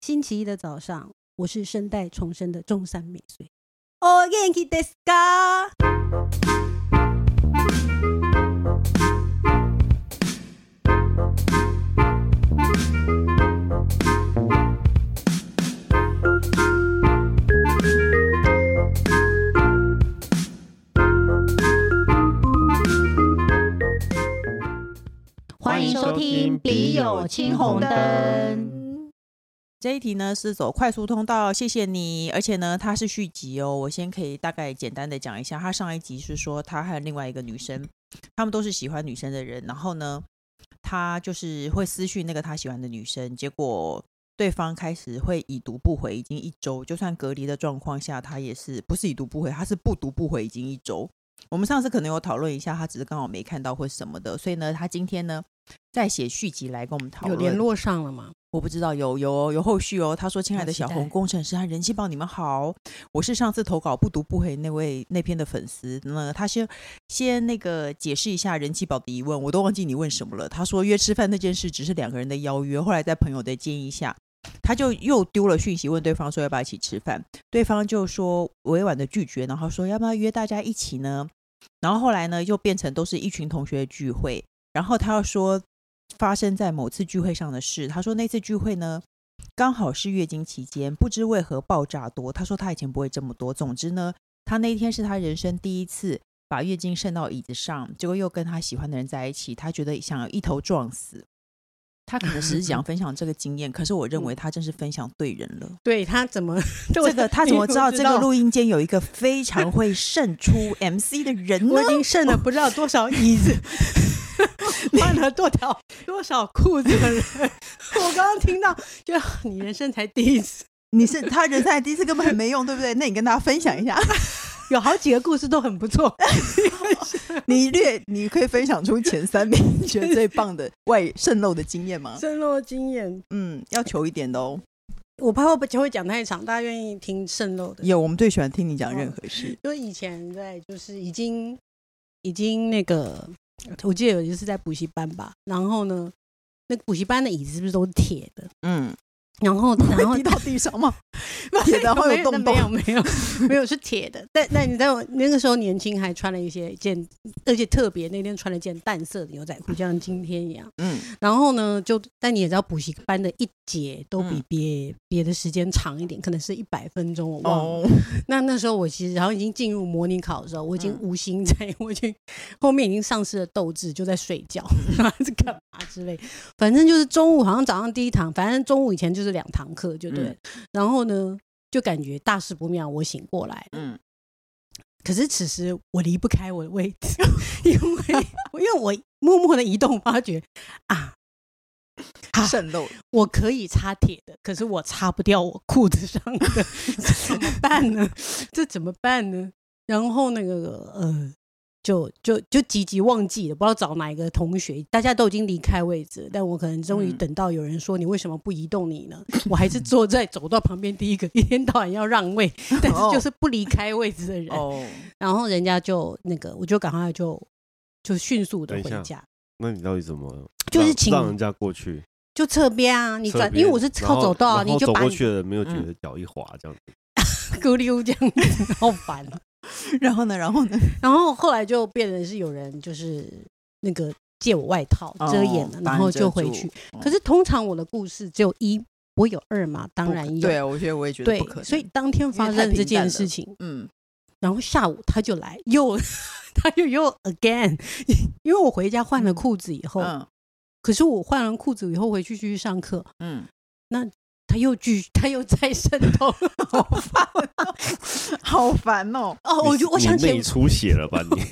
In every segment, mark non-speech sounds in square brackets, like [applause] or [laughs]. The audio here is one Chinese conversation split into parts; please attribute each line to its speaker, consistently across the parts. Speaker 1: 星期一的早上，我是声带重生的中山美穗。哦，元気ですか？
Speaker 2: 欢迎收听《笔友青红灯》。
Speaker 3: 这一题呢是走快速通道，谢谢你。而且呢，它是续集哦。我先可以大概简单的讲一下，他上一集是说他还有另外一个女生，他们都是喜欢女生的人。然后呢，他就是会私讯那个他喜欢的女生，结果对方开始会已读不回，已经一周。就算隔离的状况下，他也是不是已读不回，他是不读不回，已经一周。我们上次可能有讨论一下，他只是刚好没看到或什么的，所以呢，他今天呢再写续集来跟我们讨
Speaker 1: 有
Speaker 3: 论。
Speaker 1: 联络上了吗？
Speaker 3: 我不知道有有哦有后续哦。他说：“亲爱的小
Speaker 1: 好期
Speaker 3: 红
Speaker 1: 待
Speaker 3: 工程师和人气宝，你们好，我是上次投稿不读不回那位那篇的粉丝。那他先先那个解释一下人气宝的疑问，我都忘记你问什么了。他说约吃饭那件事只是两个人的邀约，后来在朋友的建议下，他就又丢了讯息问对方说要不要一起吃饭，对方就说委婉的拒绝，然后说要不要约大家一起呢？然后后来呢，又变成都是一群同学聚会，然后他又说发生在某次聚会上的事。他说那次聚会呢，刚好是月经期间，不知为何爆炸多。他说他以前不会这么多。总之呢，他那一天是他人生第一次把月经渗到椅子上，结果又跟他喜欢的人在一起，他觉得想要一头撞死。他可能只是 [laughs] 想分享这个经验，可是我认为他真是分享对人了。
Speaker 1: 对他怎 [laughs] 么
Speaker 3: 嗯 [laughs] 这个他怎么 [laughs] 知道这个
Speaker 1: 路？
Speaker 3: 录音间有一个非常会胜出 MC 的人呢
Speaker 1: 我已？经剩了不知道多少椅 [laughs] 子，换了多少多少裤子了。我刚刚听到，就啊你人生才第一次，
Speaker 3: 你是他人在第一次根本很没用，对不对？那你跟大家分享一下。
Speaker 1: 有好几个故事都很不错。啊 [laughs]
Speaker 3: 你略你可以分享出前三名你觉得最棒的外渗漏的经验 [laughs] 吗？
Speaker 1: 深入经验，
Speaker 3: 嗯，要求一点的哦。
Speaker 1: 我怕会不会讲太长，大家愿意听渗漏的。
Speaker 3: 有，我们最喜欢听你讲任何事。
Speaker 1: 就以前在就是已经已经那个，我记得有一次在补习班吧，然后呢，那个补习班的椅子是不是都是铁的？
Speaker 3: [laughs] 嗯，
Speaker 1: 然后然
Speaker 3: [laughs]
Speaker 1: 后
Speaker 3: 会滴嗯哦到地上吗？
Speaker 1: [laughs]
Speaker 3: 铁的会有洞洞
Speaker 1: 没有没有没有是铁的。但但你在我那个时候年轻，还穿了一些一件，而且特别那天穿了一件淡色的牛仔裤，就像今天一样。
Speaker 3: 嗯，
Speaker 1: 然后呢，就但你也知道，补习班的一节都比
Speaker 3: 嗯
Speaker 1: 别、别的时间长一点，可能是一百分钟，我忘了。
Speaker 3: 哦， [laughs]
Speaker 1: 那那时候我其实，然后已经进入模拟考的时候，我已经
Speaker 3: 嗯
Speaker 1: 无心 [laughs] 在，我已经后面已经丧失了斗志，就在睡觉， [laughs] 然后是干嘛之类。反正就是中午，好像早上第一堂，反正中午以前就是两堂课，就对了。然后呢，就感觉大事不妙，我醒过来了。
Speaker 3: 嗯，
Speaker 1: 可是此时我离不开我的位置， [laughs] 因为因为我默默的移动，发觉啊，啊
Speaker 3: 渗漏了
Speaker 1: 我可以擦铁的，可是我擦不掉我裤子上的，这怎么办呢？这怎么办呢？然后那个呃，就就就急急忘记了，不知道找哪一个同学，大家都已经离开位置，但我可能终于
Speaker 3: 嗯
Speaker 1: 等到有人说你为什么不移动你呢？我还是坐在走到旁边第一个，一天到晚要让位，但是
Speaker 2: 哦
Speaker 1: 就是不离开位置的人。
Speaker 3: [laughs] 哦。
Speaker 1: 然后人家就那个，我就赶快就就迅速的
Speaker 2: 等一
Speaker 1: 回
Speaker 2: 下
Speaker 1: 家，
Speaker 2: 那你到底怎么
Speaker 1: 就是
Speaker 2: 让
Speaker 1: 请
Speaker 2: 让人家过去？
Speaker 1: 就侧边啊，你
Speaker 2: 侧
Speaker 1: 转，
Speaker 2: 边
Speaker 1: 因为我是
Speaker 2: 然
Speaker 1: 靠
Speaker 2: 后
Speaker 1: 走道啊，
Speaker 2: 然后
Speaker 1: 你就
Speaker 2: 走
Speaker 1: 把
Speaker 2: 过
Speaker 1: 你
Speaker 2: 去了，没有觉
Speaker 3: 嗯
Speaker 2: 得脚一滑这样子。
Speaker 1: 咕溜这样子， [laughs] 好烦啊。
Speaker 3: 然后呢？然后呢？
Speaker 1: 然后后来就变成是有人就是那个借我外套遮掩了，
Speaker 3: 哦
Speaker 1: 然后就回去。。可是通常我的故事只有一，我有二嘛，当
Speaker 3: 当
Speaker 1: 然
Speaker 3: 然
Speaker 1: 有。
Speaker 3: 对，啊我觉得我也觉得
Speaker 1: 对
Speaker 3: 不可能。
Speaker 1: 所以当天发
Speaker 3: 因为太
Speaker 1: 生
Speaker 3: 平
Speaker 1: 这件
Speaker 3: 淡
Speaker 1: 事
Speaker 3: 了
Speaker 1: 情，
Speaker 3: 嗯，
Speaker 1: 然后下午他就来又。 [laughs] 他就又 again，因 [laughs] 为我回家换了裤子以后，
Speaker 3: 嗯
Speaker 1: 可是我换了裤子以后回去继续上课，
Speaker 3: 嗯，
Speaker 1: 他又继续他又再渗透。
Speaker 3: [laughs] 好烦哦， [laughs] 好烦哦。
Speaker 1: 哦，我就我
Speaker 2: 你
Speaker 1: 想起
Speaker 2: 内出血了吧？你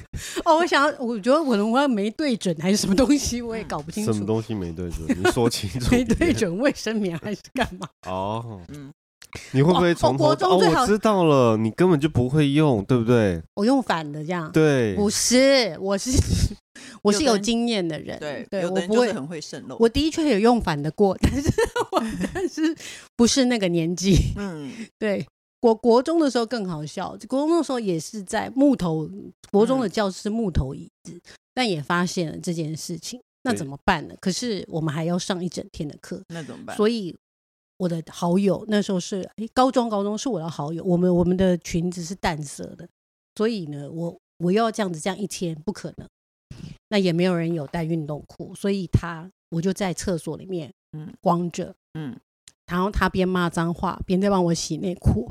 Speaker 1: 哦，我想我觉得我的文案没对准还是什么东西，
Speaker 3: 嗯
Speaker 1: 我也 [laughs] 搞不清
Speaker 2: 什么
Speaker 1: 楚。
Speaker 2: 东西没对准？你说清 [laughs]
Speaker 1: [laughs]
Speaker 2: 楚。
Speaker 1: 没对。准卫生棉还是干嘛？
Speaker 2: 哦，
Speaker 3: 嗯
Speaker 2: 你会不会
Speaker 1: 哦
Speaker 2: 从
Speaker 1: 哦
Speaker 2: 头？
Speaker 1: 国中
Speaker 2: 哦，
Speaker 1: 最好
Speaker 2: 我知道了，你根本就不会用，对不对？
Speaker 1: [laughs] 我用反的这样，
Speaker 2: 对。
Speaker 1: 不是，我是 [laughs] 我是
Speaker 3: 有的
Speaker 1: 有
Speaker 3: 人
Speaker 1: 经验的人，对
Speaker 3: 有的
Speaker 1: 我
Speaker 3: 人
Speaker 1: 不
Speaker 3: 就是
Speaker 1: 会，
Speaker 3: 很会渗漏。
Speaker 1: 我的确有用反的过，但是我但是不是那个年纪， [laughs]
Speaker 3: 嗯
Speaker 1: 对。我国中的时候更好笑，国中的时候也是在木头，国中的教室木头椅子，但也发现了这件事情，那
Speaker 2: 对
Speaker 1: 怎么办呢？可是我们还要上一整天的课，
Speaker 3: 那怎么办？
Speaker 1: 所以我的好友，那时候是诶高中，高中是我的好友，我们我们的裙子是淡色的，所以呢，我我要这样子这样一天不可能，那也没有人有带运动裤，所以他我就在厕所里面
Speaker 3: 嗯
Speaker 1: 光着，
Speaker 3: 嗯，
Speaker 1: 然后他边骂脏话边在帮我洗内裤，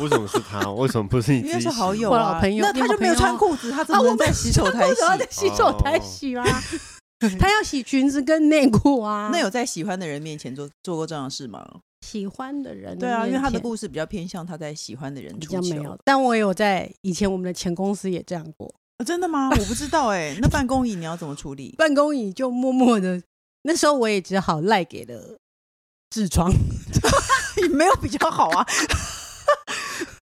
Speaker 2: 为什么是他？为什么
Speaker 1: [laughs]
Speaker 2: 不是你自
Speaker 3: 因
Speaker 2: 己？
Speaker 3: 为是好友
Speaker 1: 我
Speaker 3: 啊，
Speaker 1: 老朋友
Speaker 3: 那他就没有穿裤子，他怎么
Speaker 1: 啊我
Speaker 3: 能在
Speaker 1: [laughs]
Speaker 3: 洗手台
Speaker 1: 为
Speaker 3: 洗哦
Speaker 1: 什？么要在洗手台洗
Speaker 3: [laughs]
Speaker 1: 啊？他要洗裙子跟内裤啊，
Speaker 3: 那有在喜欢的人面前做做过这样的事吗？
Speaker 1: 喜欢的人
Speaker 3: 对啊，因为他的
Speaker 1: 面前
Speaker 3: 故事比较偏向他在喜欢的人
Speaker 1: 比
Speaker 3: 出
Speaker 1: 较没
Speaker 3: 糗
Speaker 1: 有。，但我有在以前我们的前公司也这样过，
Speaker 3: 呃真的吗？我不知道哎，那办公椅你要怎么处理？
Speaker 1: 办公椅就默默的，那时候我也只好赖给了痔疮，
Speaker 3: [laughs] 也没有比较好啊， [laughs]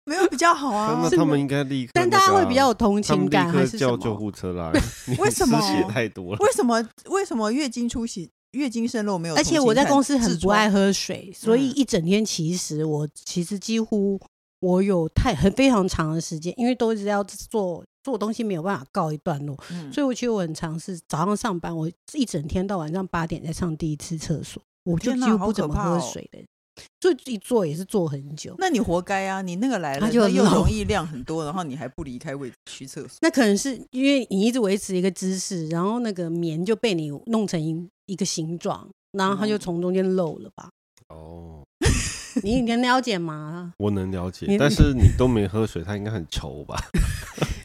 Speaker 3: 没有比较好
Speaker 2: 但
Speaker 3: 啊
Speaker 2: 那。他们应该立刻那
Speaker 1: 但
Speaker 2: 个
Speaker 1: 大
Speaker 2: 啊，
Speaker 1: 家会比较有同
Speaker 2: 他
Speaker 1: 情
Speaker 2: 们
Speaker 1: 感
Speaker 2: 立
Speaker 1: 还
Speaker 2: 刻
Speaker 1: 是什
Speaker 2: 叫救
Speaker 1: 么？
Speaker 2: 护车
Speaker 1: [laughs]
Speaker 2: 来，
Speaker 3: 为什么
Speaker 2: 你失血太多了？
Speaker 3: 为什么为什么月经出血、月经渗漏没有
Speaker 1: 而
Speaker 3: 同情
Speaker 1: 且
Speaker 3: 看？
Speaker 1: 我在公司很
Speaker 3: 痔
Speaker 1: 不
Speaker 3: 疮
Speaker 1: 爱喝水，所以
Speaker 3: 嗯
Speaker 1: 一整天其实我其实几乎我有太很非常长的时间，因为都一直要做做东西，没有办法告一段落，
Speaker 3: 嗯
Speaker 1: 所以我其实我很尝试早上上班，我一整天到晚上八点才上第一次厕所，我就
Speaker 3: 天
Speaker 1: 几
Speaker 3: 哪
Speaker 1: 乎
Speaker 3: 好
Speaker 1: 不怎
Speaker 3: 可
Speaker 1: 么
Speaker 3: 怕
Speaker 1: 喝
Speaker 3: 哦
Speaker 1: 水的人，所以一坐也是坐很久。
Speaker 3: 那你活该啊！你那个来了，
Speaker 1: 他就
Speaker 3: 那又
Speaker 1: 闹
Speaker 3: 容易量很多，然后你还不离开位置去厕所。
Speaker 1: 那可能是因为你一直维持一个姿势，然后那个棉就被你弄成一一个形状，然后它就
Speaker 3: 嗯
Speaker 1: 从中间漏了吧？ [laughs]
Speaker 2: 哦，
Speaker 1: 你你能了解吗？
Speaker 2: 我能了解
Speaker 1: 你，
Speaker 2: 但是你都没喝水，他应该很愁吧？ [laughs]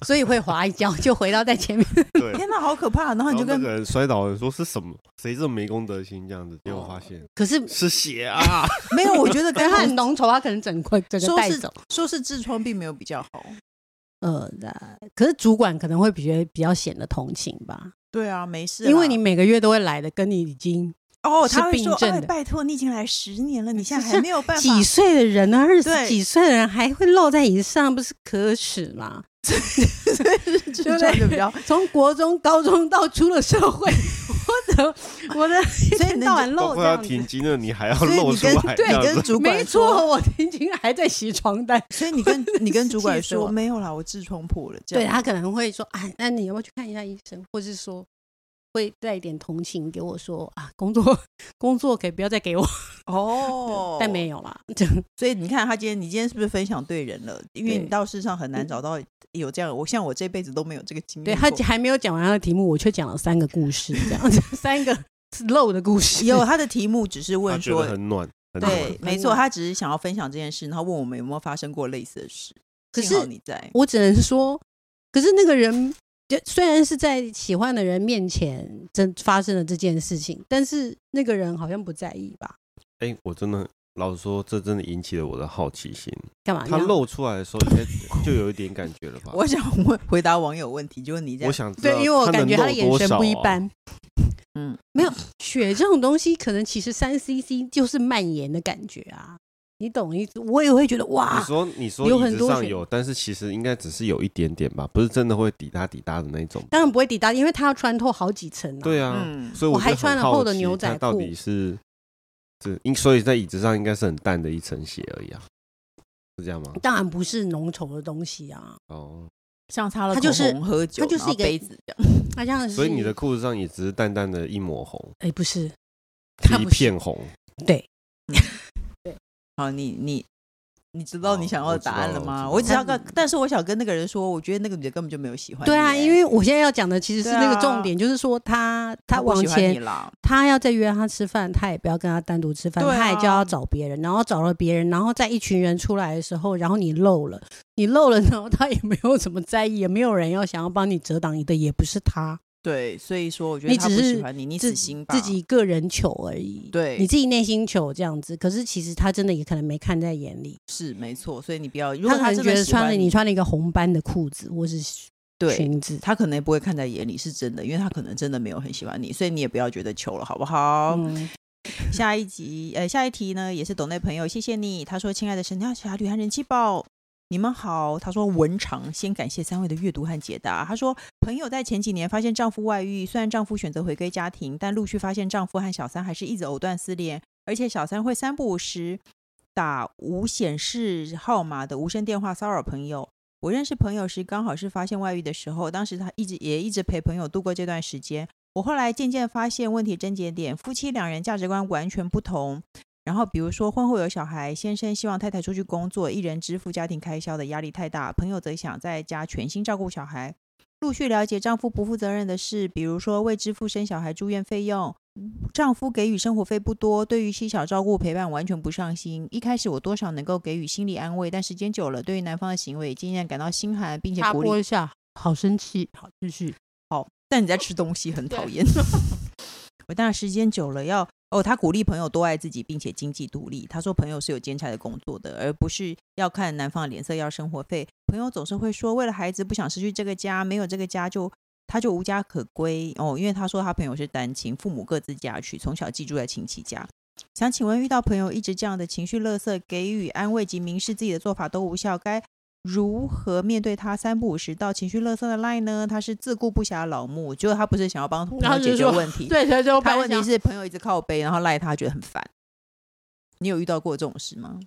Speaker 1: 所以会滑一跤，就回到在前面。
Speaker 2: 对
Speaker 3: 天哪，好可怕！然后
Speaker 2: 然
Speaker 3: 你
Speaker 2: 后那
Speaker 3: 就跟
Speaker 2: 个人摔倒了，说是什么？谁这么没公德心这样子？结果发现
Speaker 1: 可 [laughs] 是
Speaker 2: 是血啊！
Speaker 3: 没有，我觉得 [laughs]
Speaker 1: 可是
Speaker 3: 跟
Speaker 1: 它
Speaker 3: 同
Speaker 1: 很浓稠，它可能整块整个
Speaker 3: 说
Speaker 1: 带
Speaker 3: 是
Speaker 1: 走。
Speaker 3: 说是痔疮并没有比较好。
Speaker 1: 呃，那可是主管可能会比较比较显得同情吧，
Speaker 3: 对啊，没事啦，
Speaker 1: 因为你每个月都会来的，跟你已经
Speaker 3: 哦，
Speaker 1: 是
Speaker 3: 他会
Speaker 1: 病
Speaker 3: 说，
Speaker 1: 症
Speaker 3: 哎，
Speaker 1: 的
Speaker 3: 拜托，你已经来十年了，你
Speaker 1: [laughs]
Speaker 3: 现在还没有办法
Speaker 1: 几岁的人呢，二十
Speaker 3: 对
Speaker 1: 几岁的人还会露在椅子上，不是可耻吗？
Speaker 3: 痔疮就比较，
Speaker 1: 从国中、高中到出了社会，我的我的一
Speaker 3: 所以
Speaker 1: 天
Speaker 3: 你
Speaker 1: 到
Speaker 2: [laughs]
Speaker 1: 晚
Speaker 2: 包
Speaker 1: [laughs] 露这
Speaker 2: 括要
Speaker 1: 样
Speaker 2: 停
Speaker 1: 子。
Speaker 2: 经了，你还要
Speaker 3: 所以
Speaker 2: 露
Speaker 3: 你
Speaker 2: 出
Speaker 3: 跟 [laughs]
Speaker 2: 来，
Speaker 1: 对
Speaker 2: 这样
Speaker 3: 你
Speaker 2: 子
Speaker 3: 跟主管
Speaker 1: 没
Speaker 3: 说
Speaker 1: 错，我停经还在洗床单。
Speaker 3: 所以
Speaker 1: [laughs]
Speaker 3: 你跟你跟主管
Speaker 1: 气死我
Speaker 3: 说没有啦，我痔疮破了，这
Speaker 1: 对
Speaker 3: 样
Speaker 1: 他可能会说：“哎，那你要不要去看一下医生？”或是说会带一点同情给我说：“啊，工作工作可以不要再给我。
Speaker 3: 哦
Speaker 1: 啊 [laughs] 但没有啦，就
Speaker 3: 所以你看，他今天你今天是不是分享对人了？因为
Speaker 1: 对嗯
Speaker 3: 你到世上很难找到有这样，我像我这辈子都没有这个经历
Speaker 1: 对
Speaker 3: 过。
Speaker 1: 他还没有讲完他的题目，我却讲了三个故事，这样子三个漏的故事。
Speaker 3: 有他的题目只是
Speaker 2: 他
Speaker 3: 问
Speaker 2: 觉
Speaker 3: 说
Speaker 2: 得，很暖，很暖
Speaker 3: 对，。没错，
Speaker 1: 暖
Speaker 3: 他只是想要分享这件事，然后问我们有没有发生过类似的事。
Speaker 1: 可
Speaker 3: 幸好
Speaker 1: 是
Speaker 3: 你在，
Speaker 1: 我只能说，可是那个人，就虽然是在喜欢的人面前真发生了这件事情，但是那个人好像不在意吧？
Speaker 2: 哎，我真的老实说，这真的引起了我的好奇心。
Speaker 1: 干嘛？
Speaker 2: 他
Speaker 1: 你要
Speaker 2: 露出来的时候，应该就有一点感觉
Speaker 1: [laughs]
Speaker 2: 了吧？
Speaker 3: 我想问 [laughs] 回答网友问题，就是你在
Speaker 2: 我想知
Speaker 1: 对
Speaker 2: 道，
Speaker 1: 因为我
Speaker 2: 他能
Speaker 1: 感觉他的
Speaker 2: 露
Speaker 1: 眼
Speaker 2: 多
Speaker 1: 神
Speaker 2: 少
Speaker 1: 不一
Speaker 2: 啊。
Speaker 1: 般。
Speaker 3: 嗯，
Speaker 1: 血这种东西，可能其实三 CC 就是蔓延的感觉啊，你懂意思？我也会觉得
Speaker 2: 啊你
Speaker 1: 哇，
Speaker 2: 说你说
Speaker 1: 有很
Speaker 2: 椅子
Speaker 1: 多
Speaker 2: 上
Speaker 1: 选
Speaker 2: 有，但是其实应该只是有一点点吧，不是真的会滴答滴答的那种。
Speaker 1: 当然不会抵达，因为它要穿透好几层啊。
Speaker 2: 对啊，
Speaker 3: 嗯
Speaker 2: 所以
Speaker 1: 我
Speaker 2: 就
Speaker 1: 还
Speaker 2: 很
Speaker 1: 穿了
Speaker 2: 好
Speaker 1: 厚的
Speaker 2: 奇
Speaker 1: 牛
Speaker 2: 它
Speaker 1: 仔
Speaker 2: 到
Speaker 1: 裤
Speaker 2: 底是这应所以在椅子上应该是很淡的一层血而已啊，是这样吗？
Speaker 1: 当然不是浓稠的东西啊，
Speaker 2: 哦，
Speaker 3: 像擦了
Speaker 1: 他就
Speaker 3: 口
Speaker 1: 是
Speaker 3: 红喝酒，
Speaker 1: 他就是
Speaker 3: 然后
Speaker 1: 一个
Speaker 3: 杯子这样。
Speaker 1: 它像是
Speaker 2: 所以你的裤子上也只是淡淡的一抹红，
Speaker 1: 哎不是，它
Speaker 2: 一
Speaker 1: 不是
Speaker 2: 片红。
Speaker 1: 对，
Speaker 3: 好，你你你知道你
Speaker 2: 哦
Speaker 3: 想要
Speaker 2: 我
Speaker 3: 的
Speaker 2: 知
Speaker 3: 答
Speaker 2: 道
Speaker 3: 案
Speaker 2: 了
Speaker 3: 了
Speaker 2: 我
Speaker 3: 吗？
Speaker 2: 知
Speaker 3: 我只
Speaker 1: 道
Speaker 3: 要
Speaker 1: 了
Speaker 3: 跟，但是我想跟那个人说，我觉得那个女的根本就没有喜欢你欸。
Speaker 1: 对啊，因为我现在要讲的其实是
Speaker 3: 对啊
Speaker 1: 那个重点，就是说他他
Speaker 3: 她不
Speaker 1: 往
Speaker 3: 喜欢你
Speaker 1: 前，
Speaker 3: 啦，
Speaker 1: 他要再约他吃饭，他也不要跟他单独吃饭，
Speaker 3: 对啊
Speaker 1: 他也就要找别人，然后找了别人，然后在一群人出来的时候，然后你漏了，你漏了，然后他也没有怎么在意，也没有人要想要帮你遮挡你的，也不是他
Speaker 3: 对，所以说我觉得
Speaker 1: 你
Speaker 3: 他
Speaker 1: 只
Speaker 3: 不喜
Speaker 1: 是
Speaker 3: 欢你，你
Speaker 1: 自
Speaker 3: 死心吧，
Speaker 1: 自己个人糗而已，
Speaker 3: 对
Speaker 1: 你自己内心糗这样子，可是其实他真的也可能没看在眼里，
Speaker 3: 是没错，所以你不要，如
Speaker 1: 他
Speaker 3: 果
Speaker 1: 可能
Speaker 3: 真
Speaker 1: 觉
Speaker 3: 的
Speaker 1: 得
Speaker 3: 喜
Speaker 1: 穿
Speaker 3: 欢
Speaker 1: 了
Speaker 3: 你
Speaker 1: 你穿了一个红斑的裤子或是
Speaker 3: 对。
Speaker 1: 裙子，
Speaker 3: 他可能也不会看在眼里，是真的，因为他可能真的没有很喜欢你，所以你也不要觉得糗了，好不好？
Speaker 1: 嗯，
Speaker 3: [laughs] 下一集，呃，下一题呢也是董内朋友，谢谢你。他说：“亲爱的神雕侠侣和人气宝，你们好。”他说：“文长，先感谢三位的阅读和解答。”他说：“朋友在前几年发现丈夫外遇，虽然丈夫选择回归家庭，但陆续发现丈夫和小三还是一直藕断丝连，而且小三会三不五时打无显示号码的无声电话骚扰朋友。”我认识朋友时，刚好是发现外遇的时候，当时他一直也一直陪朋友度过这段时间。我后来渐渐发现问题症结点，夫妻两人价值观完全不同，然后比如说婚后有小孩，先生希望太太出去工作，一人支付家庭开销的压力太大，朋友则想在家全心照顾小孩。陆续了解丈夫不负责任的事，比如说未支付生小孩住院费用，丈夫给予生活费不多，对于妻小照顾陪伴完全不上心。一开始我多少能够给予心理安慰，但时间久了，对于男方的行为也渐渐感到心寒，并且
Speaker 1: 插
Speaker 3: 鼓励
Speaker 1: 播一下，好生气，好继续。
Speaker 3: 好，但你在吃东西很讨厌。我当然时间久了要哦，他鼓励朋友多爱自己，并且经济独立。他说朋友是有兼差的工作的，而不是要看男方的脸色要生活费。朋友总是会说，为了孩子不想失去这个家，没有这个家就他就无家可归哦。因为他说他朋友是单亲，父母各自嫁娶，从小寄住在亲戚家。想请问，遇到朋友一直这样的情绪勒索，给予安慰及明示自己的做法都无效，该如何面对他三不五时到情绪勒索的赖呢？他是自顾不暇老木，结果他不是想要帮朋
Speaker 1: 他
Speaker 3: 友
Speaker 1: 是
Speaker 3: 解决
Speaker 1: 说
Speaker 3: 问题，
Speaker 1: [laughs] 对对对，我
Speaker 3: 他
Speaker 1: 本来
Speaker 3: 问题
Speaker 1: 想
Speaker 3: 是朋友一直靠背，然后赖他，觉得很烦。你有遇到过这种事吗？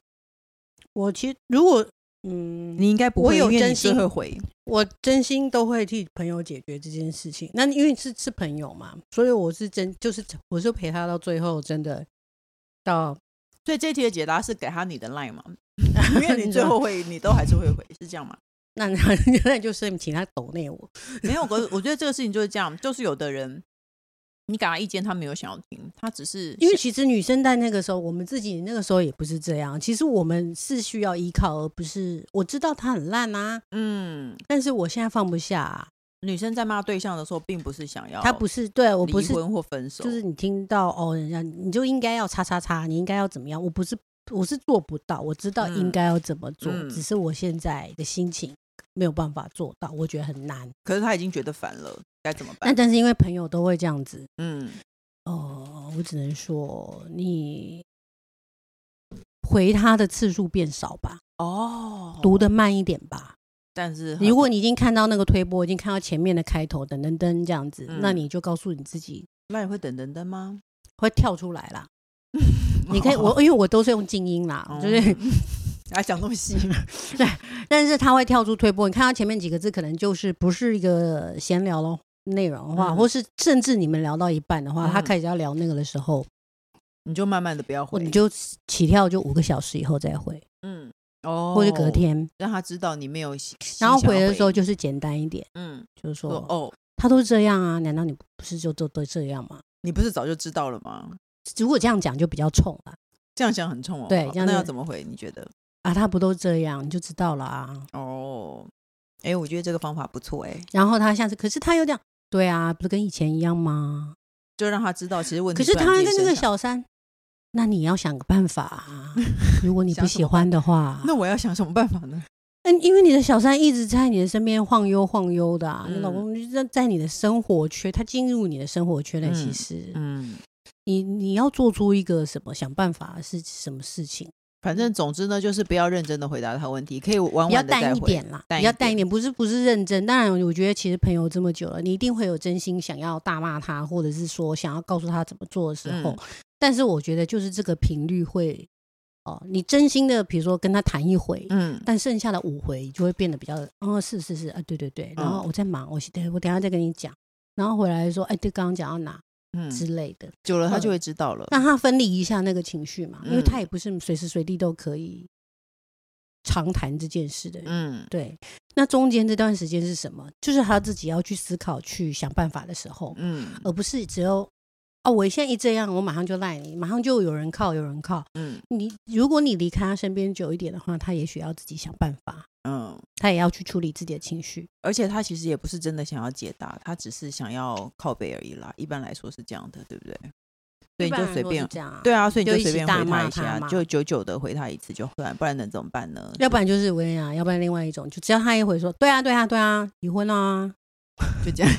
Speaker 1: 我其实如果嗯，
Speaker 3: 你应该不
Speaker 1: 我
Speaker 3: 会，
Speaker 1: 有
Speaker 3: 因为
Speaker 1: 真
Speaker 3: 你最
Speaker 1: 心
Speaker 3: 会回。
Speaker 1: 我真心都会替朋友解决这件事情。那因为是是朋友嘛，所以我是真就是我就陪他到最后，真的到
Speaker 3: 所以这题的解答是给他你的赖 [laughs] 嘛？因为你最后会，你都还是会回，是这样吗？
Speaker 1: 那 [laughs] 那那就是请他抖内我。
Speaker 3: 没有，我我觉得这个事情就是这样，就是有的人你给他意见，他没有想要听，他只是
Speaker 1: 因为其实女生在那个时候，我们自己那个时候也不是这样。其实我们是需要依靠，而不是我知道他很烂啊，
Speaker 3: 嗯，
Speaker 1: 但是我现在放不下、啊。
Speaker 3: 女生在骂对象的时候，并不是想要
Speaker 1: 他不是对我
Speaker 3: 离
Speaker 1: 不是，
Speaker 3: 婚或分手，
Speaker 1: 就是你听到哦，人家你就应该要叉叉叉，你应该要怎么样？我不是我是做不到，我知道
Speaker 3: 嗯
Speaker 1: 应该要怎么做，
Speaker 3: 嗯
Speaker 1: 只是我现在的心情没有办法做到，我觉得很难。
Speaker 3: 可是他已经觉得烦了，该怎么
Speaker 1: 那
Speaker 3: 办？
Speaker 1: 但是因为朋友都会这样子，
Speaker 3: 嗯，
Speaker 1: 哦，我只能说你回他的次数变少吧，
Speaker 3: 哦嗯
Speaker 1: 读的慢一点吧。
Speaker 3: 但是很
Speaker 1: 如果你已经看到那个推播，已经看到前面的开头，等等等这样子，那
Speaker 3: 嗯
Speaker 1: 你就告诉你自己
Speaker 3: 赖会等等等吗？
Speaker 1: 会跳出来
Speaker 3: [laughs]
Speaker 1: 啦。你可以，我因为我都是用静音啦，
Speaker 3: 哦 [laughs]
Speaker 1: 就是，
Speaker 3: 啊，讲那么
Speaker 1: [laughs]
Speaker 3: 细，
Speaker 1: 但是它会跳出推播。你看到前面几个字，可能就是不是一个闲聊咯内容的话，
Speaker 3: 嗯
Speaker 1: 或是甚至你们聊到一半的话，他
Speaker 3: 嗯
Speaker 1: 开始要聊那个的时候，
Speaker 3: 你就慢慢的不要回，
Speaker 1: 你就起跳就五个小时以后再回，
Speaker 3: 嗯，哦，
Speaker 1: 或者隔天，
Speaker 3: 让他知道你没有心，
Speaker 1: 然后
Speaker 3: 心想
Speaker 1: 回
Speaker 3: 要
Speaker 1: 的时候，就是简单一点，
Speaker 3: 嗯，
Speaker 1: 就是
Speaker 3: 说
Speaker 1: 说
Speaker 3: 哦，
Speaker 1: 他都是这样啊，难道你不是就都都这样吗？
Speaker 3: 你不是早就知道了吗？
Speaker 1: 如果这样讲就比较冲了
Speaker 3: 这样想很冲哦，
Speaker 1: 对
Speaker 3: 好
Speaker 1: 这样
Speaker 3: 那
Speaker 1: 子
Speaker 3: 要怎么回？你觉得？
Speaker 1: 啊，他不都这样，你就知道了啊。
Speaker 3: 哦，哎，我觉得这个方法不错，哎，
Speaker 1: 然后他下次，可是他又这样，对啊，不是跟以前一样吗？
Speaker 3: 就让他知道其实问题
Speaker 1: 可是
Speaker 3: 不然
Speaker 1: 他
Speaker 3: 自
Speaker 1: 跟
Speaker 3: 己
Speaker 1: 那个
Speaker 3: 身上，
Speaker 1: 小三，那你要想个办法
Speaker 3: [laughs]
Speaker 1: 啊！如果你不
Speaker 3: 想什
Speaker 1: 喜
Speaker 3: 么
Speaker 1: 欢的话，
Speaker 3: 那我要想什么办法
Speaker 1: [laughs]
Speaker 3: 呢？
Speaker 1: 嗯，因为你的小三一直在你的身边晃悠晃悠的、啊，你老
Speaker 3: 嗯
Speaker 1: 公就在在你的生活圈，他进入你的生活圈了。其
Speaker 3: 嗯
Speaker 1: 实，
Speaker 3: 嗯，
Speaker 1: 你你要做出一个什么想办法是什么事情，
Speaker 3: 反正总之呢，就是不要认真的回答他问题，可以晚
Speaker 1: 比较
Speaker 3: 晚的再
Speaker 1: 淡一
Speaker 3: 回。
Speaker 1: 点啦，
Speaker 3: 淡
Speaker 1: 比
Speaker 3: 一
Speaker 1: 较淡一
Speaker 3: 点
Speaker 1: 点，不是不是认真。当然，我觉得其实朋友这么久了，你一定会有真心想要大骂他，或者是说想要告诉他怎么做的时候。
Speaker 3: 嗯
Speaker 1: 但是我觉得就是这个频率会，哦、你真心的，比如说跟他谈一回，
Speaker 3: 嗯，
Speaker 1: 但剩下的五回就会变得比较，哦，是是是啊，对对对，然后
Speaker 3: 嗯
Speaker 1: 我在忙，我等我等一下再跟你讲，然后回来说，哎，对，刚刚讲到哪
Speaker 3: 嗯，
Speaker 1: 之类的，
Speaker 3: 久了他就会知道了。
Speaker 1: 让他分离一下那个情绪嘛，因为
Speaker 3: 嗯
Speaker 1: 他也不是随时随地都可以长谈这件事的人。
Speaker 3: 嗯
Speaker 1: 对，那中间这段时间是什么？就是他自己要去思考、去想办法的时候，
Speaker 3: 嗯
Speaker 1: 而不是只有哦，我现在一这样，我马上就赖你，马上就有人靠，有人靠。
Speaker 3: 嗯
Speaker 1: 你如果你离开他身边久一点的话，他也许要自己想办法，
Speaker 3: 嗯，
Speaker 1: 他也要去处理自己的情绪。
Speaker 3: 而且他其实也不是真的想要解答，他只是想要靠背而已啦。一般来说是这样的，对不对？所以你就随
Speaker 1: 一般来说是
Speaker 3: 便，
Speaker 1: 这样啊，
Speaker 3: 对啊，所以你
Speaker 1: 就
Speaker 3: 就
Speaker 1: 一
Speaker 3: 随
Speaker 1: 起
Speaker 3: 便
Speaker 1: 大
Speaker 3: 回
Speaker 1: 骂
Speaker 3: 他一
Speaker 1: 他
Speaker 3: 下，
Speaker 1: 嘛
Speaker 3: 就久久的回他一次就算，不然能怎么办呢？
Speaker 1: 要不然就是我跟你讲，要不然另外一种，就只要他一回说对啊，对啊，对啊，离婚啊，
Speaker 3: 就
Speaker 1: [laughs]
Speaker 3: 这样，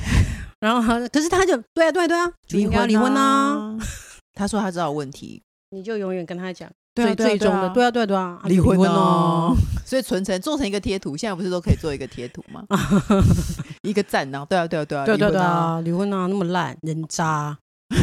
Speaker 1: 然后他可是他就对啊，对啊，对啊，就应该要离婚啊，
Speaker 3: 啊！他说他知道有问题，
Speaker 1: 你就永远跟他讲
Speaker 3: 对啊
Speaker 1: 最最终的，
Speaker 3: 对
Speaker 1: 对啊，对
Speaker 3: 啊，
Speaker 1: 啊，对啊，啊
Speaker 3: 离婚
Speaker 1: 哦
Speaker 3: [laughs] 哦。所以存成做成一个贴图，现在不是都可以做一个贴图吗？一个赞，然后对啊，对啊，对啊，
Speaker 1: 对对
Speaker 3: 离
Speaker 1: 对
Speaker 3: 婚啊， [laughs]
Speaker 1: 啊，离婚啊，那么烂，人渣，
Speaker 2: [laughs]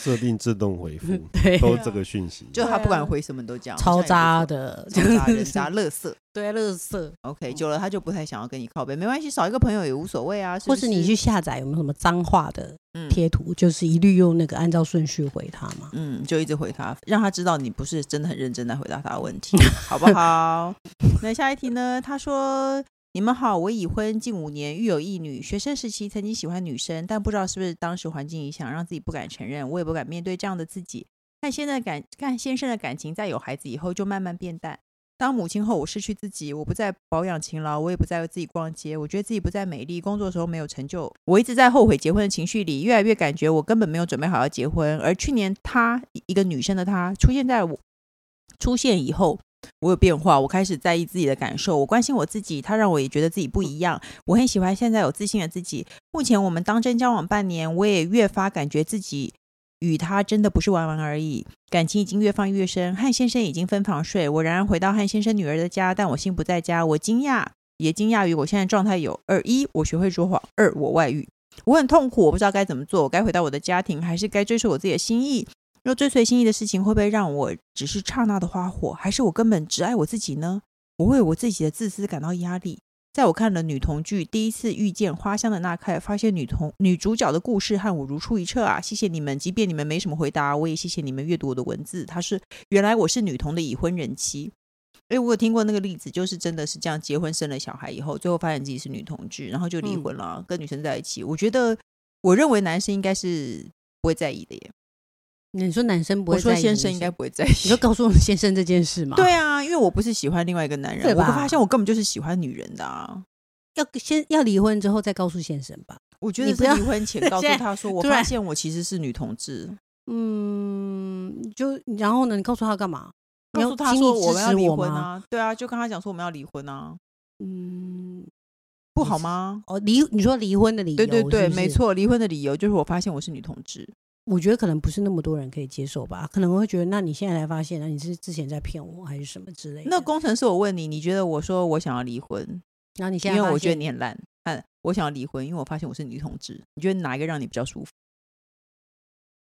Speaker 2: 设定自动
Speaker 1: [laughs]
Speaker 2: 回复，
Speaker 1: 对，啊
Speaker 2: 都这个讯息。
Speaker 3: 就他不管回什么都讲，
Speaker 1: 超渣
Speaker 3: 渣，
Speaker 1: 啊的， [laughs]
Speaker 3: 超渣人渣，乐色。
Speaker 1: 对，乐色，
Speaker 3: OK，久了他就不太想要跟你靠背，没关系，少一个朋友也无所谓啊。
Speaker 1: 或
Speaker 3: 是
Speaker 1: 是
Speaker 3: 不
Speaker 1: 你去下载有没有什么脏话的
Speaker 3: 嗯
Speaker 1: 贴图，就是一律用那个按照顺序回他嘛。
Speaker 3: 嗯，就一直回他，让他知道你不是真的很认真在回答他的问
Speaker 1: [laughs]
Speaker 3: 题，好不好？ [laughs] 那下一题呢？他说：“你们好，我已婚近五年，育有一女。学生时期曾经喜欢女生，但不知道是不是当时环境影响，让自己不敢承认，我也不敢面对这样的自己。看现在感，看先生的感情，在有孩子以后就慢慢变淡。”当母亲后，我失去自己，我不再保养勤劳，我也不再自己逛街，我觉得自己不再美丽，工作的时候没有成就，我一直在后悔结婚的情绪里，越来越感觉我根本没有准备好要结婚。而去年她一个女生的她出现在我出现以后，我有变化，我开始在意自己的感受，我关心我自己，她让我也觉得自己不一样，我很喜欢现在有自信的自己。目前我们当真交往半年，我也越发感觉自己与他真的不是玩玩而已。感情已经越放越深，汉先生已经分房睡。我仍然回到汉先生女儿的家，但我心不在家。我惊讶，也惊讶于我现在状态有：二一，我学会说谎；二，我外遇。我很痛苦，我不知道该怎么做。我该回到我的家庭，还是该追随我自己的心意？若追随心意的事情，会不会让我只是刹那的花火，还是我根本只爱我自己呢？我为我自己的自私感到压力。在我看了女童剧《第一次遇见花香》的那刻，发现女童女主角的故事和我如出一辙啊！谢谢你们，即便你们没什么回答，我也谢谢你们阅读我的文字。她是原来我是女童的已婚人妻，因为我有听过那个例子，就是真的是这样，结婚生了小孩以后，最后发现自己是女同志，然后就离
Speaker 1: 嗯
Speaker 3: 婚了啊，跟女生在一起。我觉得，我认为男生应该是不会在意的耶。
Speaker 1: 你说男生不
Speaker 3: 我
Speaker 1: 会
Speaker 3: 说
Speaker 1: 在意
Speaker 3: 先
Speaker 1: 这
Speaker 3: 生
Speaker 1: 件
Speaker 3: 应该
Speaker 1: 事，
Speaker 3: 不会在意
Speaker 1: 你。就告诉我们先生这件事嘛？
Speaker 3: 对，啊，因为我不是喜欢另外一个男
Speaker 1: 对
Speaker 3: 人，我
Speaker 1: 吧
Speaker 3: 发现我根本就是喜欢女人的啊。
Speaker 1: 要先要离婚之后再告诉先生吧。
Speaker 3: 我觉
Speaker 1: 你
Speaker 3: 得
Speaker 1: 不
Speaker 3: 是
Speaker 1: 要
Speaker 3: 离婚前告诉
Speaker 1: [laughs] 现在
Speaker 3: 他说，我
Speaker 1: 突
Speaker 3: 发
Speaker 1: 然
Speaker 3: 现我其实是女同志，
Speaker 1: 嗯，就然后呢？你告诉他干嘛？你
Speaker 3: 告
Speaker 1: 要
Speaker 3: 诉他
Speaker 1: 经
Speaker 3: 说
Speaker 1: 济
Speaker 3: 我
Speaker 1: 支
Speaker 3: 们要
Speaker 1: 持
Speaker 3: 离
Speaker 1: 我
Speaker 3: 婚
Speaker 1: 吗
Speaker 3: 啊，对啊，就跟他讲说我们要离婚啊，
Speaker 1: 嗯，
Speaker 3: 不
Speaker 1: 你
Speaker 3: 好
Speaker 1: 是
Speaker 3: 吗？
Speaker 1: 哦，离你说离婚的理由？
Speaker 3: 对对对，
Speaker 1: 是不
Speaker 3: 没
Speaker 1: 是。
Speaker 3: 错，离婚的理由就是我发现我是女同志，
Speaker 1: 我觉得可能不是那么多人可以接受吧，可能会觉得，那你现在才发现，那你是之前在骗我还是什么之类的？
Speaker 3: 那工程师，我问你，你觉得我说我想要离婚，
Speaker 1: 然后你现
Speaker 3: 因
Speaker 1: 在
Speaker 3: 为
Speaker 1: 发
Speaker 3: 我觉得
Speaker 1: 现
Speaker 3: 你很烂，嗯，我想要离婚，因为我发现我是女同志，你觉得哪一个让你比较舒服？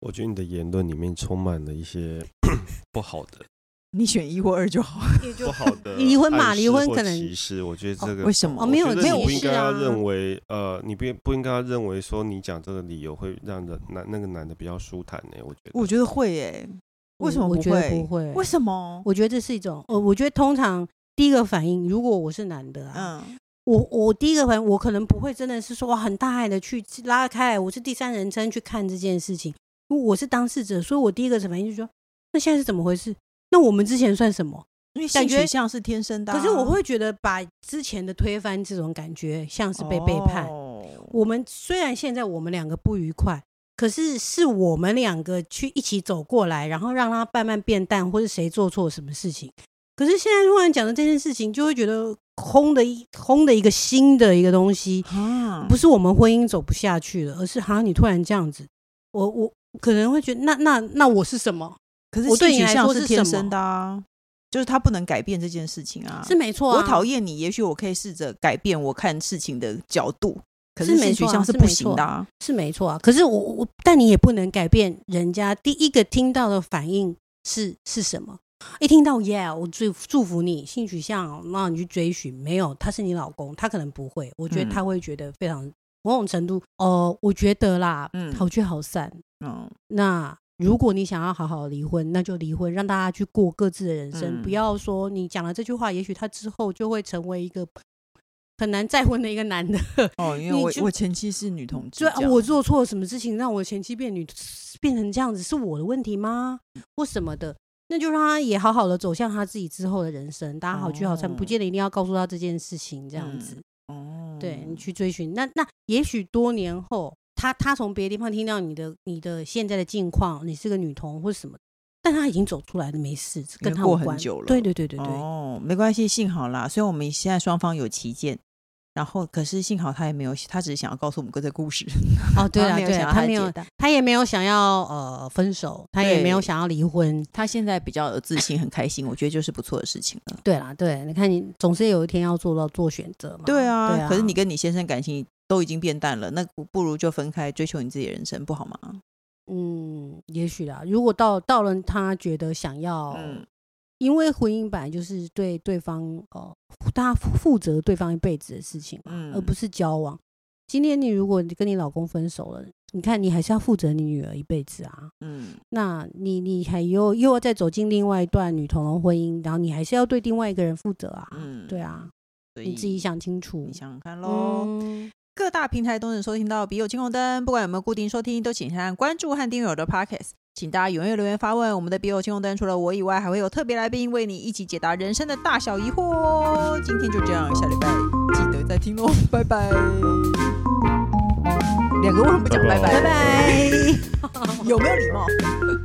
Speaker 2: 我觉得你的言论里面充满了一些 [coughs] 不好的、
Speaker 3: 你选一或二就好。
Speaker 1: 也就
Speaker 2: 不好的
Speaker 1: [laughs] 离婚嘛
Speaker 2: 暗示
Speaker 1: 离婚
Speaker 2: 或
Speaker 1: 可能
Speaker 2: 歧视。我觉得这
Speaker 3: 哦
Speaker 2: 个
Speaker 3: 为什么
Speaker 1: 哦没有
Speaker 2: 我觉得
Speaker 1: 歧
Speaker 2: 你不应
Speaker 1: 视
Speaker 2: 该
Speaker 1: 啊
Speaker 2: 要认为，呃，你不不应该要认为说你讲这个理由会让人男那个男的比较舒坦呢、我觉得，
Speaker 3: 我觉得会耶，为什么
Speaker 1: 我
Speaker 3: 不
Speaker 1: 觉得
Speaker 3: 会？
Speaker 1: 不会？
Speaker 3: 为什么？
Speaker 1: 我觉得这是一种，呃，我觉得通常第一个反应，如果我是男的啊，
Speaker 3: 嗯，
Speaker 1: 我我第一个反应，我可能不会真的是说哇很大爱的去拉开来，我是第三人称去看这件事情，因为我是当事者，所以我第一个反应就是说，那现在是怎么回事？那我们之前算什么？
Speaker 3: 因为
Speaker 1: 感
Speaker 3: 性
Speaker 1: 觉
Speaker 3: 取向是天生的啊、
Speaker 1: 可是我会觉得把之前的推翻这种感觉像是被背叛。
Speaker 3: 哦
Speaker 1: 我们虽然现在我们两个不愉快，可是是我们两个去一起走过来，然后让它慢慢变淡，或是谁做错什么事情。可是现在突然讲的这件事情，就会觉得空的一空的一个新的一个东西，
Speaker 3: 啊，
Speaker 1: 不是我们婚姻走不下去了，而是好像你突然这样子，我我可能会觉得那那那我是什么？
Speaker 3: 可是
Speaker 1: 我对你
Speaker 3: 性取
Speaker 1: 来
Speaker 3: 向
Speaker 1: 说
Speaker 3: 是
Speaker 1: 是
Speaker 3: 天
Speaker 1: 什么
Speaker 3: 生的啊，就是他不能改变这件事情啊。
Speaker 1: 是没错、啊，
Speaker 3: 我讨厌你，也许我可以试着改变我看事情的角度，可
Speaker 1: 是没
Speaker 3: 性取
Speaker 1: 错啊
Speaker 3: 向
Speaker 1: 是
Speaker 3: 不
Speaker 1: 没
Speaker 3: 行
Speaker 1: 错
Speaker 3: 的、啊。
Speaker 1: 是没错啊。可是我我，但你也不能改变人家第一个听到的反应是是什么？一听到 yeah，我祝祝福你性取向，哦那你去追寻。没有，他是你老公，他可能不会。我觉
Speaker 3: 嗯
Speaker 1: 得他会觉得非常某种程度，呃，我觉得啦，
Speaker 3: 嗯
Speaker 1: 好聚好散。
Speaker 3: 嗯，
Speaker 1: 那如果你想要好好离婚，那就离婚，让大家去过各自的人生，
Speaker 3: 嗯
Speaker 1: 不要说你讲了这句话，也许他之后就会成为一个很难再婚的一个男的。
Speaker 3: 哦，因为
Speaker 1: 你
Speaker 3: 我
Speaker 1: 就
Speaker 3: 我前妻是女同志
Speaker 1: 对
Speaker 3: 这
Speaker 1: 啊，
Speaker 3: 样，
Speaker 1: 我做错了什么事情让我前妻变女变成这样子，是我的问题吗？
Speaker 3: 嗯
Speaker 1: 或什么的？那就让他也好好的走向他自己之后的人生，大家好聚好散，
Speaker 3: 哦
Speaker 1: 不见得一定要告诉他这件事情这样
Speaker 3: 嗯
Speaker 1: 子。
Speaker 3: 哦，
Speaker 1: 对你去追寻，那那也许多年后，他他从别的地方听到你的你的现在的境况，你是个女童或什么，但他已经走出来了，没事，这
Speaker 3: 因为
Speaker 1: 跟他
Speaker 3: 过
Speaker 1: 无
Speaker 3: 很
Speaker 1: 关。
Speaker 3: 久了
Speaker 1: 对对对对对，
Speaker 3: 哦，没关系，幸好啦，虽然我们现在双方有歧见。然后，可是幸好他也没有，他只是想要告诉我们哥这个故事。
Speaker 1: 哦对
Speaker 3: 他
Speaker 1: 啊
Speaker 3: 没有
Speaker 1: 对啊，
Speaker 3: 想要
Speaker 1: 他没
Speaker 3: 他解
Speaker 1: 有
Speaker 3: 答
Speaker 1: 他也没有想要呃分手，他也没有
Speaker 3: 对
Speaker 1: 想要离婚，
Speaker 3: 他现在比较有自信，很开心，我觉得就是不错的事情了。
Speaker 1: 对啦，对，你看你总是有一天要做到做选择嘛。
Speaker 3: [laughs] 对啊，
Speaker 1: 对啊
Speaker 3: 可是你跟你先生感情都已经变淡了，那不如就分开，追求你自己的人生，不好吗？
Speaker 1: 嗯，也许啦。如果到到了他觉得想要，
Speaker 3: 嗯，
Speaker 1: 因为婚姻本来就是对对方哦，大家负责对方一辈子的事情嘛，
Speaker 3: 嗯
Speaker 1: 而不是交往。今天你如果你跟你老公分手了，你看你还是要负责你女儿一辈子啊。
Speaker 3: 嗯
Speaker 1: 那你你还又又要再走进另外一段女同龙婚姻，然后你还是要对另外一个人负责啊。
Speaker 3: 嗯
Speaker 1: 对啊，
Speaker 3: 所以
Speaker 1: 你自己，想清楚
Speaker 3: 你。想想看喽。
Speaker 1: 嗯，
Speaker 3: 各大平台都能收听到《笔友青红灯》，不管有没有固定收听，都请先按关注和订阅我的 Podcast。请大家踊跃留言发问，我们的《笔友青红灯》除了我以外，还会有特别来宾为你一起解答人生的大小疑惑哦。今天就这样，下礼拜记得再听哦，拜拜。两个为什么不讲拜
Speaker 1: 拜
Speaker 3: 拜？ [laughs]
Speaker 1: 拜。
Speaker 3: 有没有礼貌？